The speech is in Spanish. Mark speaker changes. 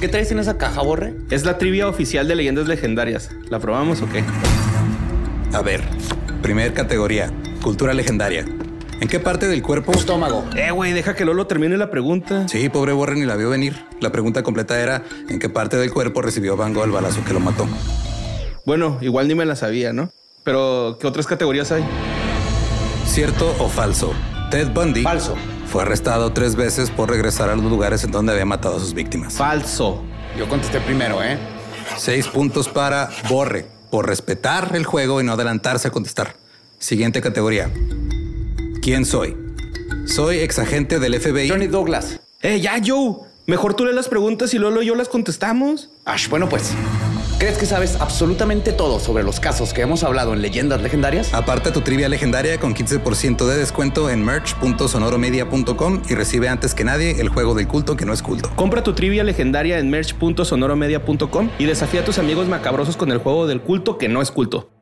Speaker 1: ¿Qué traes en esa caja, Borre?
Speaker 2: Es la trivia oficial de leyendas legendarias. ¿La probamos o qué?
Speaker 3: A ver, primer categoría, cultura legendaria. ¿En qué parte del cuerpo?
Speaker 1: Estómago.
Speaker 2: Eh, güey, deja que Lolo termine la pregunta.
Speaker 3: Sí, pobre Warren ni la vio venir. La pregunta completa era ¿en qué parte del cuerpo recibió Van Gogh el balazo que lo mató?
Speaker 2: Bueno, igual ni me la sabía, ¿no? Pero, ¿qué otras categorías hay?
Speaker 3: ¿Cierto o falso? Ted Bundy
Speaker 1: Falso.
Speaker 3: fue arrestado tres veces por regresar a los lugares en donde había matado a sus víctimas.
Speaker 2: Falso.
Speaker 1: Yo contesté primero, ¿eh?
Speaker 3: Seis puntos para Borre por respetar el juego y no adelantarse a contestar. Siguiente categoría. ¿Quién soy? Soy exagente del FBI.
Speaker 1: Johnny Douglas.
Speaker 2: Eh, ya, Joe. Mejor tú lees las preguntas y Lolo y yo las contestamos.
Speaker 1: Ash, bueno pues. ¿Crees que sabes absolutamente todo sobre los casos que hemos hablado en leyendas legendarias?
Speaker 3: Aparta tu trivia legendaria con 15% de descuento en merch.sonoromedia.com y recibe antes que nadie el juego del culto que no es culto.
Speaker 2: Compra tu trivia legendaria en merch.sonoromedia.com y desafía a tus amigos macabrosos con el juego del culto que no es culto.